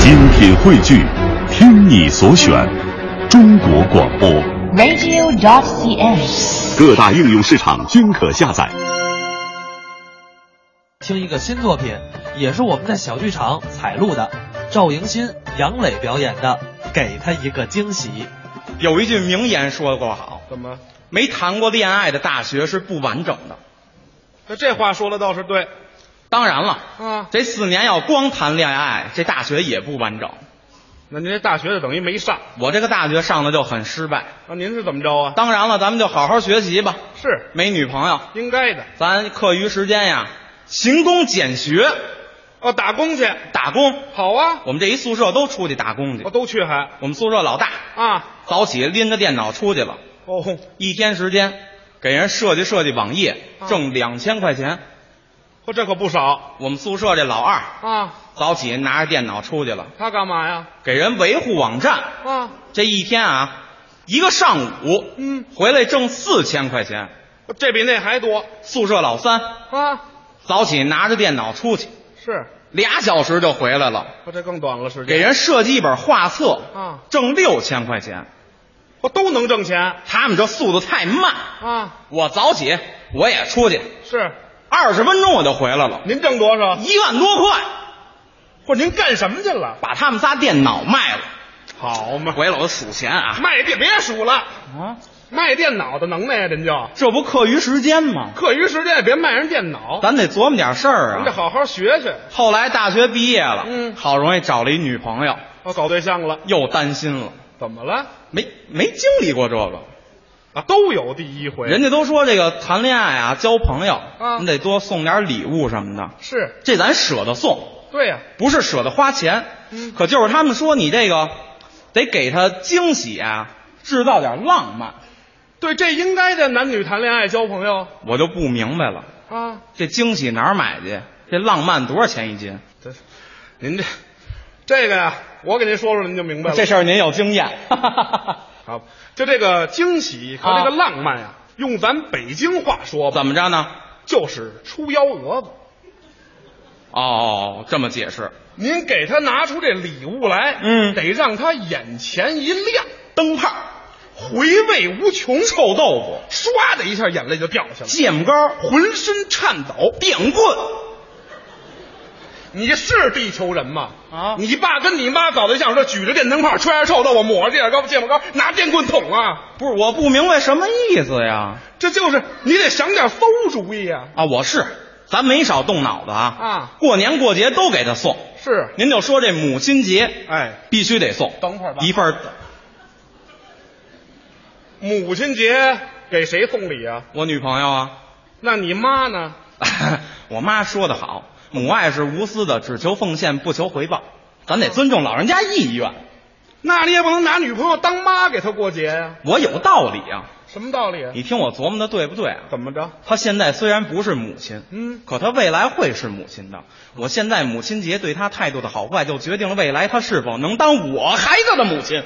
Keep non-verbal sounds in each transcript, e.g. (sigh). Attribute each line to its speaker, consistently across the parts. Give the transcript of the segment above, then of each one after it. Speaker 1: 精品汇聚，听你所选，中国广播。
Speaker 2: radio.cn。
Speaker 1: 各大应用市场均可下载。
Speaker 3: 听一个新作品，也是我们在小剧场采录的，赵迎新、杨磊表演的，给他一个惊喜。
Speaker 4: 有一句名言说过好，
Speaker 5: 怎么？
Speaker 4: 没谈过恋爱的大学是不完整的。
Speaker 5: 那这话说的倒是对，
Speaker 4: 当然了，
Speaker 5: 嗯
Speaker 4: 这四年要光谈恋爱，这大学也不完整。
Speaker 5: 那您这大学就等于没上。
Speaker 4: 我这个大学上的就很失败。
Speaker 5: 那您是怎么着啊？
Speaker 4: 当然了，咱们就好好学习吧。
Speaker 5: 是
Speaker 4: 没女朋友，
Speaker 5: 应该的。
Speaker 4: 咱课余时间呀，勤工俭学，
Speaker 5: 哦，打工去，
Speaker 4: 打工。
Speaker 5: 好啊，
Speaker 4: 我们这一宿舍都出去打工去
Speaker 5: 我。都去还
Speaker 4: 我们宿舍老大
Speaker 5: 啊。
Speaker 4: 早起拎着电脑出去了，
Speaker 5: 哦，
Speaker 4: 一天时间给人设计设计网页，
Speaker 5: 啊
Speaker 4: 挣两千块钱。
Speaker 5: 嚯，哦这可不少
Speaker 4: 我们宿舍这老二
Speaker 5: 啊。
Speaker 4: 早起拿着电脑出去了，
Speaker 5: 他干嘛呀？
Speaker 4: 给人维护网站。
Speaker 5: 啊，
Speaker 4: 这一天啊，一个上午，
Speaker 5: 嗯
Speaker 4: 回来挣四千块钱。
Speaker 5: 哦这比那还多
Speaker 4: 宿舍老三
Speaker 5: 啊。
Speaker 4: 早起拿着电脑出去，
Speaker 5: 是，哦
Speaker 4: 俩小时就回来了，
Speaker 5: 我这更短了时间。
Speaker 4: 给人设计一本画册，
Speaker 5: 啊，
Speaker 4: 挣六千块钱。
Speaker 5: 我哦都能挣钱
Speaker 4: 他们这速度太慢，
Speaker 5: 啊。
Speaker 4: 我早起我也出去，
Speaker 5: 是，
Speaker 4: 二十分钟我就回来了，
Speaker 5: 您挣多少？
Speaker 4: 一万多块，
Speaker 5: 或您干什么去了？
Speaker 4: 把他们仨电脑卖了。
Speaker 5: 好嘛，
Speaker 4: 回来我就数钱啊，
Speaker 5: 卖电别数了，
Speaker 4: 啊，
Speaker 5: 卖电脑的能耐啊呀，您就
Speaker 4: 这不课余时间吗？
Speaker 5: 课余时间也别卖人电脑。
Speaker 4: 咱得琢磨点事儿
Speaker 5: 咱得
Speaker 4: 啊。
Speaker 5: 好好学学。
Speaker 4: 后来大学毕业了，
Speaker 5: 嗯
Speaker 4: 好容易找了一女朋友，
Speaker 5: 我哦搞对象了，
Speaker 4: 又担心了，
Speaker 5: 怎么了？
Speaker 4: 没没经历过这个。
Speaker 5: 啊，都有第一回。
Speaker 4: 人家都说这个谈恋爱啊，交朋友，
Speaker 5: 啊
Speaker 4: 你得多送点礼物什么的，
Speaker 5: 是
Speaker 4: 这咱舍得送，
Speaker 5: 对呀、
Speaker 4: 不是舍得花钱。
Speaker 5: 嗯
Speaker 4: 可就是他们说你这个得给他惊喜啊，制造点浪漫，
Speaker 5: 对，这应该的，男女谈恋爱交朋友
Speaker 4: 我就不明白了，
Speaker 5: 啊。
Speaker 4: 这惊喜哪儿买去？这浪漫多少钱一
Speaker 5: (laughs)
Speaker 4: 斤？
Speaker 5: 这，您这这个呀、我给您说说，您就明白了。
Speaker 4: 这事儿您有经验， (laughs)
Speaker 5: 好，就这个惊喜和
Speaker 4: 啊
Speaker 5: 这个浪漫呀、用咱北京话说吧，
Speaker 4: 怎么着呢？
Speaker 5: 就是出幺蛾子。
Speaker 4: 哦，这么解释，
Speaker 5: 您给他拿出这礼物来，
Speaker 4: 嗯
Speaker 5: 得让他眼前一亮，
Speaker 4: 灯泡、
Speaker 5: 回味无穷。
Speaker 4: 臭豆腐、
Speaker 5: 唰的一下，眼泪就掉下来了，
Speaker 4: 芥末膏、
Speaker 5: 浑身颤抖。
Speaker 4: 电棍，
Speaker 5: 你是地球人吗？
Speaker 4: 啊
Speaker 5: 你爸跟你妈搞对象时候举着电灯泡，吹着臭豆腐，抹着芥末膏、芥末膏，拿电棍捅啊！
Speaker 4: 不是，我不明白什么意思呀？
Speaker 5: 这就是你得想点馊主意啊！
Speaker 4: 啊，我是，咱没少动脑子啊。
Speaker 5: 啊
Speaker 4: 过年过节都给他送。
Speaker 5: 是，
Speaker 4: 您就说这母亲节，
Speaker 5: 哎，
Speaker 4: 必须得送。
Speaker 5: 等会儿吧
Speaker 4: 一份儿，
Speaker 5: 母亲节给谁送礼啊？
Speaker 4: 我女朋友啊， (laughs)
Speaker 5: 那你妈呢？
Speaker 4: 我妈说的好，母爱是无私的，只求奉献，不求回报。咱得尊重老人家意愿，
Speaker 5: 那你也不能拿女朋友当妈给她过节呀、
Speaker 4: 我有道理啊。
Speaker 5: 什么道理啊？
Speaker 4: 你听我琢磨的对不对啊？
Speaker 5: 怎么着？
Speaker 4: 她现在虽然不是母亲，
Speaker 5: 嗯
Speaker 4: 可她未来会是母亲的。我现在母亲节对她态度的好坏，就决定了未来她是否能当我孩子的母亲。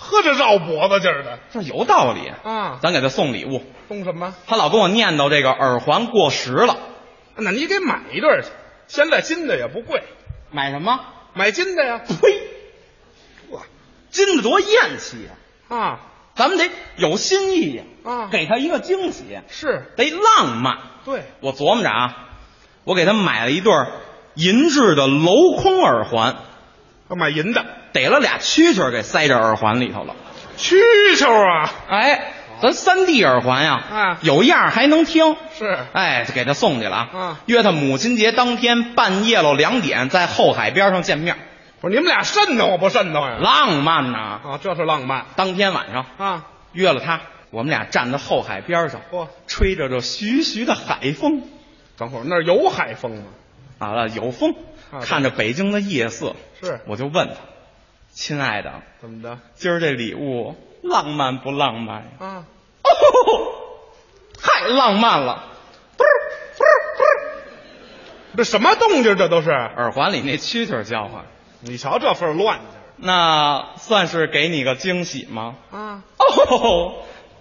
Speaker 5: 喝着绕脖子劲儿的
Speaker 4: 这有道理
Speaker 5: 啊！
Speaker 4: 咱给她送礼物，
Speaker 5: 送什么？
Speaker 4: 她老跟我念叨这个耳环过时了，
Speaker 5: 那你给买一对儿去，现在金的也不贵，
Speaker 4: 买什么？
Speaker 5: 买金的呀！
Speaker 4: 呸！
Speaker 5: 哇
Speaker 4: 金子多艳气呀、
Speaker 5: 啊
Speaker 4: 咱们得有新意呀、
Speaker 5: 啊
Speaker 4: 给她一个惊喜，
Speaker 5: 是，
Speaker 4: 得浪漫。
Speaker 5: 对，
Speaker 4: 我琢磨着啊，我给她买了一对儿银质的镂空耳环，
Speaker 5: 要买银的。
Speaker 4: 逮了俩蛐蛐儿给塞这耳环里头了。
Speaker 5: 蛐蛐儿啊，
Speaker 4: 哎，咱三 D 耳环呀、
Speaker 5: 啊
Speaker 4: 有样儿还能听。
Speaker 5: 是
Speaker 4: 哎，就给他送去了啊。
Speaker 5: 嗯
Speaker 4: 约他母亲节当天半夜喽两点，在后海边上见面，
Speaker 5: 不是你们俩瘆得慌不瘆得慌呀？
Speaker 4: 浪漫呐、
Speaker 5: 啊，这是浪漫
Speaker 4: 当天晚上
Speaker 5: 啊！
Speaker 4: 约了他，我们俩站在后海边上，
Speaker 5: 嚯
Speaker 4: 吹着这徐徐的海风，
Speaker 5: 等会儿那儿有海风吗？
Speaker 4: 啊，有风，
Speaker 5: 啊
Speaker 4: 看着北京的夜色，
Speaker 5: 是
Speaker 4: 我就问他，亲爱的，
Speaker 5: 怎么的
Speaker 4: 今儿这礼物浪漫不浪漫呀？
Speaker 5: 啊？
Speaker 4: 哦，太浪漫了！不是不是不是，
Speaker 5: 这什么动静？这都是？
Speaker 4: 耳环里那蛐蛐儿叫唤，
Speaker 5: 你瞧这份儿乱劲儿
Speaker 4: 那算是给你个惊喜吗？
Speaker 5: 啊！
Speaker 4: 哦，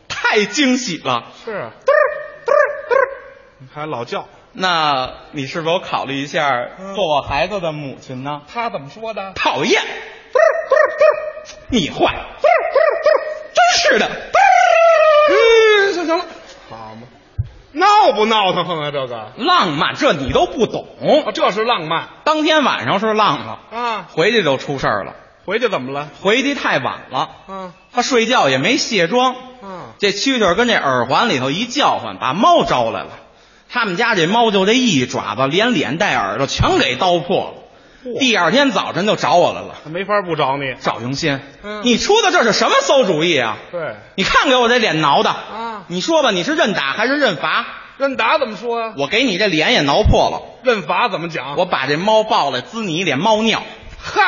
Speaker 4: 太惊喜了！
Speaker 5: 是，
Speaker 4: 嘚儿嘚儿嘚儿
Speaker 5: 还老叫
Speaker 4: 那你是否考虑一下
Speaker 5: 嗯
Speaker 4: 做我孩子的母亲呢？
Speaker 5: 他怎么说的？
Speaker 4: 讨厌，嘚儿嘚儿嘚儿你坏，嘚儿嘚儿嘚儿真是的，嘚儿
Speaker 5: 嗯，行行了，好嘛，闹不闹腾啊？这个，
Speaker 4: 浪漫这你都不懂。
Speaker 5: 啊，这是浪漫
Speaker 4: 当天晚上是浪了，
Speaker 5: 啊！
Speaker 4: 回去就出事儿了，
Speaker 5: 回去怎么了？
Speaker 4: 回去太晚了，
Speaker 5: 啊
Speaker 4: 他睡觉也没卸妆，
Speaker 5: 啊，
Speaker 4: 这蛐蛐儿跟这耳环里头一叫唤，把猫招来了。他们家这猫就这一爪子，连脸带耳朵全给刀破了。
Speaker 5: 嚯
Speaker 4: 第二天早晨就找我来了，
Speaker 5: 没法不找你。
Speaker 4: 赵迎新，
Speaker 5: 嗯
Speaker 4: 你出的这是什么馊主意啊？
Speaker 5: 对，
Speaker 4: 你看给我这脸挠的
Speaker 5: 啊
Speaker 4: 你说吧，你是认打还是认罚？
Speaker 5: 认打怎么说啊？
Speaker 4: 我给你这脸也挠破了，
Speaker 5: 认罚怎么讲？
Speaker 4: 我把这猫抱来滋你一脸猫尿，
Speaker 5: 嗨，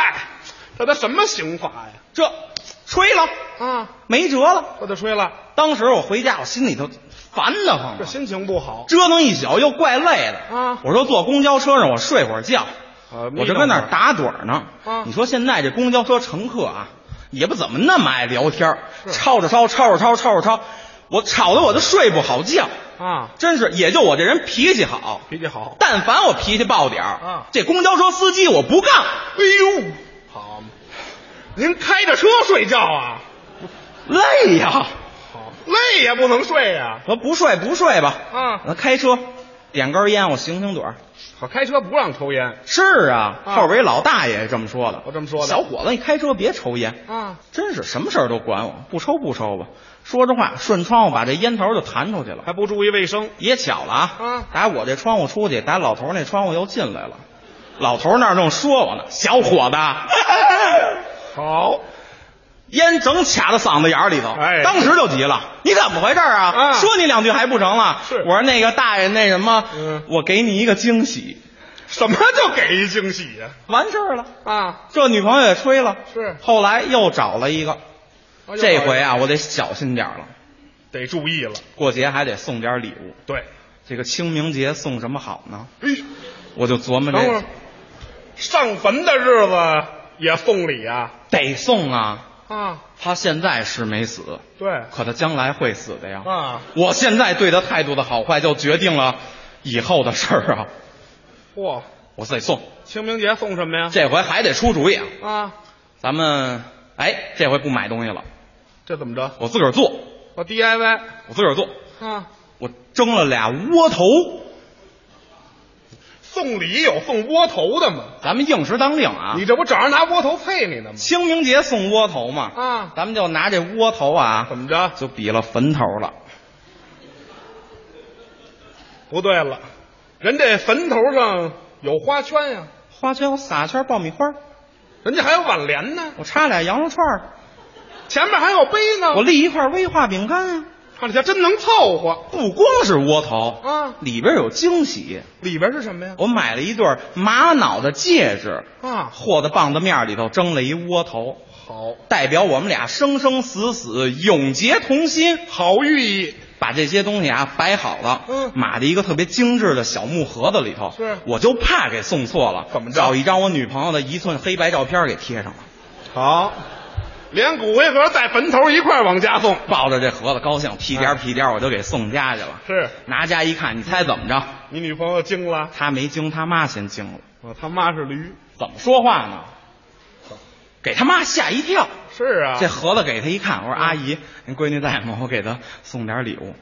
Speaker 5: 这他什么刑法呀？
Speaker 4: 这吹了，
Speaker 5: 啊，
Speaker 4: 没辙了。
Speaker 5: 我得吹了，
Speaker 4: 当时我回家，我心里头烦得慌啊
Speaker 5: 这，心情不好。
Speaker 4: 折腾一宿又怪累的
Speaker 5: 啊
Speaker 4: 我说坐公交车上我睡会儿觉，
Speaker 5: 啊
Speaker 4: 呃我这跟那儿打盹儿呢。
Speaker 5: 啊
Speaker 4: 你说现在这公交车乘客啊，也不怎么那么爱聊天儿，
Speaker 5: 是
Speaker 4: 吵着吵，吵着吵，吵着吵，我吵得我都睡不好觉。
Speaker 5: 啊，
Speaker 4: 真是，也就我这人脾气好，
Speaker 5: 脾气好。
Speaker 4: 但凡我脾气爆点儿，
Speaker 5: 啊
Speaker 4: 这公交车司机我不干。
Speaker 5: 哎呦，好嘛，您开着车睡觉啊？
Speaker 4: 累呀！
Speaker 5: 好，累也不能睡啊呀、
Speaker 4: 我不睡不睡吧，
Speaker 5: 啊
Speaker 4: 那开车点根烟，我醒醒盹儿。
Speaker 5: 好，开车不让抽烟
Speaker 4: 是啊，
Speaker 5: 啊
Speaker 4: 后边一老大爷这么说的。
Speaker 5: 我这么说的
Speaker 4: 小伙子，你开车别抽烟，
Speaker 5: 啊？
Speaker 4: 真是什么事儿都管我，不抽不抽吧。说着话，顺窗户把这烟头就弹出去了。
Speaker 5: 还不注意卫生
Speaker 4: 也巧了啊，
Speaker 5: 啊
Speaker 4: 打我这窗户出去，打老头那窗户又进来了。老头那儿正说我呢，小伙子， (laughs)
Speaker 5: 好，
Speaker 4: 烟整卡到嗓子眼儿里头，
Speaker 5: 哎
Speaker 4: 当时就急了，你怎么回事啊？
Speaker 5: 啊
Speaker 4: 说你两句还不成了？
Speaker 5: 是
Speaker 4: 我说那个大爷那什么，
Speaker 5: 嗯
Speaker 4: 我给你一个惊喜，
Speaker 5: 什么叫给一惊喜呀、
Speaker 4: 完事儿了。
Speaker 5: 啊？
Speaker 4: 这女朋友也吹了，
Speaker 5: 是
Speaker 4: 后来又找了一个，
Speaker 5: 啊
Speaker 4: 这回啊，我得小心点儿了。
Speaker 5: 得注意了。
Speaker 4: 过节还得送点礼物，
Speaker 5: 对，
Speaker 4: 这个清明节送什么好呢？
Speaker 5: 哎，
Speaker 4: 我就琢磨
Speaker 5: 等会
Speaker 4: 这
Speaker 5: 儿上坟的日子也送礼啊？
Speaker 4: 得送啊。
Speaker 5: 啊，
Speaker 4: 他现在是没死，
Speaker 5: 对
Speaker 4: 可他将来会死的呀。
Speaker 5: 啊，
Speaker 4: 我现在对他态度的好坏，就决定了以后的事儿啊。
Speaker 5: 嚯，
Speaker 4: 我得送，
Speaker 5: 清明节送什么呀？
Speaker 4: 这回还得出主意啊。
Speaker 5: 啊，
Speaker 4: 咱们哎，这回不买东西了，
Speaker 5: 这怎么着？哦
Speaker 4: 我自个儿做，
Speaker 5: 我 DIY
Speaker 4: 我自个儿做。
Speaker 5: 啊，
Speaker 4: 我蒸了俩窝头，
Speaker 5: 送礼有送窝头的吗？
Speaker 4: 咱们应时当令啊。
Speaker 5: 你这不找人拿窝头配你呢吗？
Speaker 4: 清明节送窝头嘛，
Speaker 5: 啊
Speaker 4: 咱们就拿这窝头啊
Speaker 5: 怎，么着？
Speaker 4: 就比了坟头了。
Speaker 5: 不对了，人这坟头上有花圈呀、
Speaker 4: 花椒撒圈爆米花，
Speaker 5: 人家还有挽联呢，
Speaker 4: 我插俩羊肉串儿，
Speaker 5: 前面还有碑呢。
Speaker 4: 我立一块威化饼干啊。
Speaker 5: 看这家真能凑合。
Speaker 4: 不光是窝头
Speaker 5: 啊
Speaker 4: 里边有惊喜。
Speaker 5: 里边是什么呀？
Speaker 4: 我买了一对玛瑙的戒指，
Speaker 5: 啊，
Speaker 4: 和在棒子面里头蒸了一窝头，
Speaker 5: 好，
Speaker 4: 代表我们俩生生死死永结同心。
Speaker 5: 好寓意。
Speaker 4: 把这些东西啊摆好了，
Speaker 5: 嗯
Speaker 4: 码在一个特别精致的小木盒子里头。
Speaker 5: 是
Speaker 4: 我就怕给送错了，
Speaker 5: 怎么着
Speaker 4: 找一张我女朋友的一寸黑白照片给贴上了，
Speaker 5: 好，连骨灰盒带坟头一块儿往家送。
Speaker 4: 抱着这盒子高兴，屁颠儿
Speaker 5: 哎
Speaker 4: 屁颠儿我就给送家去了。
Speaker 5: 是
Speaker 4: 拿家一看，你猜怎么着？
Speaker 5: 你女朋友惊了，
Speaker 4: 他没惊，他妈先惊了。
Speaker 5: 我他妈是驴。
Speaker 4: 怎么说话呢？给他妈吓一跳。
Speaker 5: 是啊，嗯
Speaker 4: 这盒子给他一看，我说阿姨，您闺女在吗？我给她送点礼物。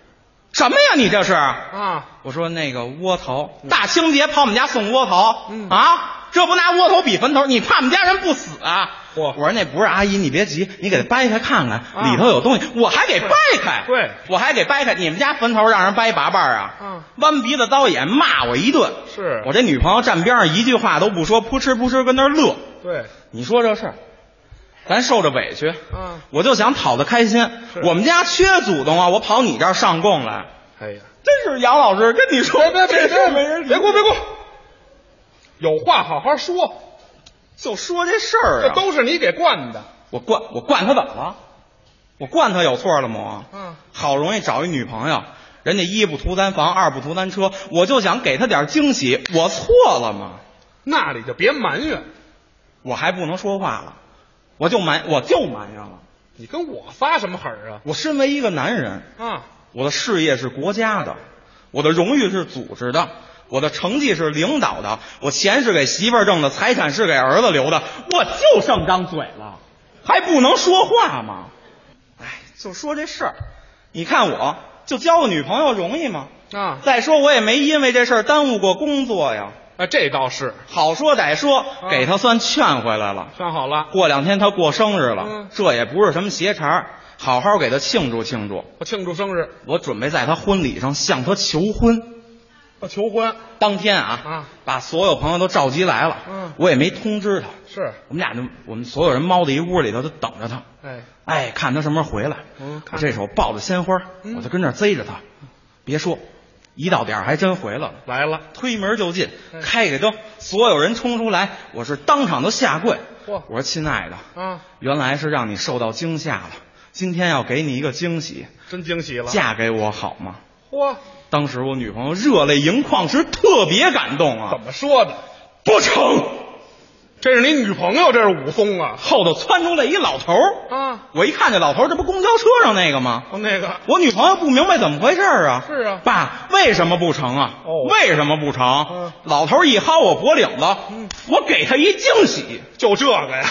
Speaker 4: 什么呀？你这是？
Speaker 5: 啊，
Speaker 4: 我说那个窝头，大清节跑我们家送窝头，
Speaker 5: 嗯
Speaker 4: 啊，这不拿窝头比坟头，你怕我们家人不死啊？
Speaker 5: 嚯
Speaker 4: 我说那不是阿姨，你别急，你给它掰开看看，
Speaker 5: 啊
Speaker 4: 里头有东西，我还给掰开，
Speaker 5: 对
Speaker 4: 我还给掰开，你们家坟头让人掰八瓣儿啊，
Speaker 5: 嗯
Speaker 4: 弯鼻子刀眼骂我一顿，
Speaker 5: 是
Speaker 4: 我这女朋友站边上一句话都不说，扑哧扑哧跟那儿乐，
Speaker 5: 对，
Speaker 4: 你说这事儿，咱受着委屈，
Speaker 5: 嗯
Speaker 4: 我就想讨他开心，
Speaker 5: 是
Speaker 4: 我们家缺祖宗啊，我跑你这儿上供来。
Speaker 5: 哎呀，
Speaker 4: 真是杨老师跟你说，
Speaker 5: 别别别别
Speaker 4: 没人理
Speaker 5: 别哭别哭，有话好好说，
Speaker 4: 就说这事儿
Speaker 5: 这
Speaker 4: 啊。
Speaker 5: 都是你给惯的。
Speaker 4: 我惯我惯他怎么了？我惯他有错了吗？
Speaker 5: 嗯，
Speaker 4: 好容易找一女朋友，人家一不图咱房，二不图咱车，我就想给他点惊喜，我错了吗？
Speaker 5: 那你就别埋怨，
Speaker 4: 我还不能说话了，我就埋我就埋怨了。
Speaker 5: 你跟我发什么狠儿啊？
Speaker 4: 我身为一个男人，
Speaker 5: 啊，
Speaker 4: 我的事业是国家的，我的荣誉是组织的，我的成绩是领导的，我钱是给媳妇儿挣的，财产是给儿子留的，我就剩张嘴了，还不能说话吗？哎，就说这事儿，你看我就交个女朋友容易吗？
Speaker 5: 啊
Speaker 4: 再说我也没因为这事儿耽误过工作呀。
Speaker 5: 啊，这倒是
Speaker 4: 好说歹说，给他算劝回来了。
Speaker 5: 算好了，
Speaker 4: 过两天他过生日了，
Speaker 5: 嗯
Speaker 4: 这也不是什么邪茬儿，好好给他庆祝庆祝。
Speaker 5: 我庆祝生日，
Speaker 4: 我准备在他婚礼上向他求婚。
Speaker 5: 我啊求婚
Speaker 4: 当天啊，
Speaker 5: 啊
Speaker 4: 把所有朋友都召集来了。
Speaker 5: 嗯
Speaker 4: 我也没通知他，
Speaker 5: 是，
Speaker 4: 我们俩就我们所有人猫在一屋里头，就等着他。
Speaker 5: 哎，
Speaker 4: 哎，看他什么时候回来。
Speaker 5: 嗯
Speaker 4: 我
Speaker 5: 看
Speaker 4: 这手抱着鲜花，
Speaker 5: 嗯
Speaker 4: 我就跟那儿贼着他。别说，一到点儿还真回来了。
Speaker 5: 来了，
Speaker 4: 推门就进，
Speaker 5: 嗯
Speaker 4: 开开灯，所有人冲出来，我是当场都下跪。
Speaker 5: 嚯
Speaker 4: 我说亲爱的，
Speaker 5: 啊，
Speaker 4: 原来是让你受到惊吓了，今天要给你一个惊喜，
Speaker 5: 真惊喜了，
Speaker 4: 嫁给我好吗？
Speaker 5: 嚯，
Speaker 4: 当时我女朋友热泪盈眶，是特别感动啊
Speaker 5: 怎。么说的？
Speaker 4: 不成，
Speaker 5: 这是你女朋友，这是武松啊
Speaker 4: 后头窜出来一老头儿
Speaker 5: 啊！
Speaker 4: 我一看这老头儿，这不公交车上那个吗？
Speaker 5: 哦，那个
Speaker 4: 我女朋友不明白怎么回事儿啊。
Speaker 5: 是啊
Speaker 4: 爸，为什么不成啊？
Speaker 5: 哦
Speaker 4: 为什么不成？
Speaker 5: 嗯
Speaker 4: 老头儿一薅我脖领子，我给他一惊喜。
Speaker 5: 就这个呀，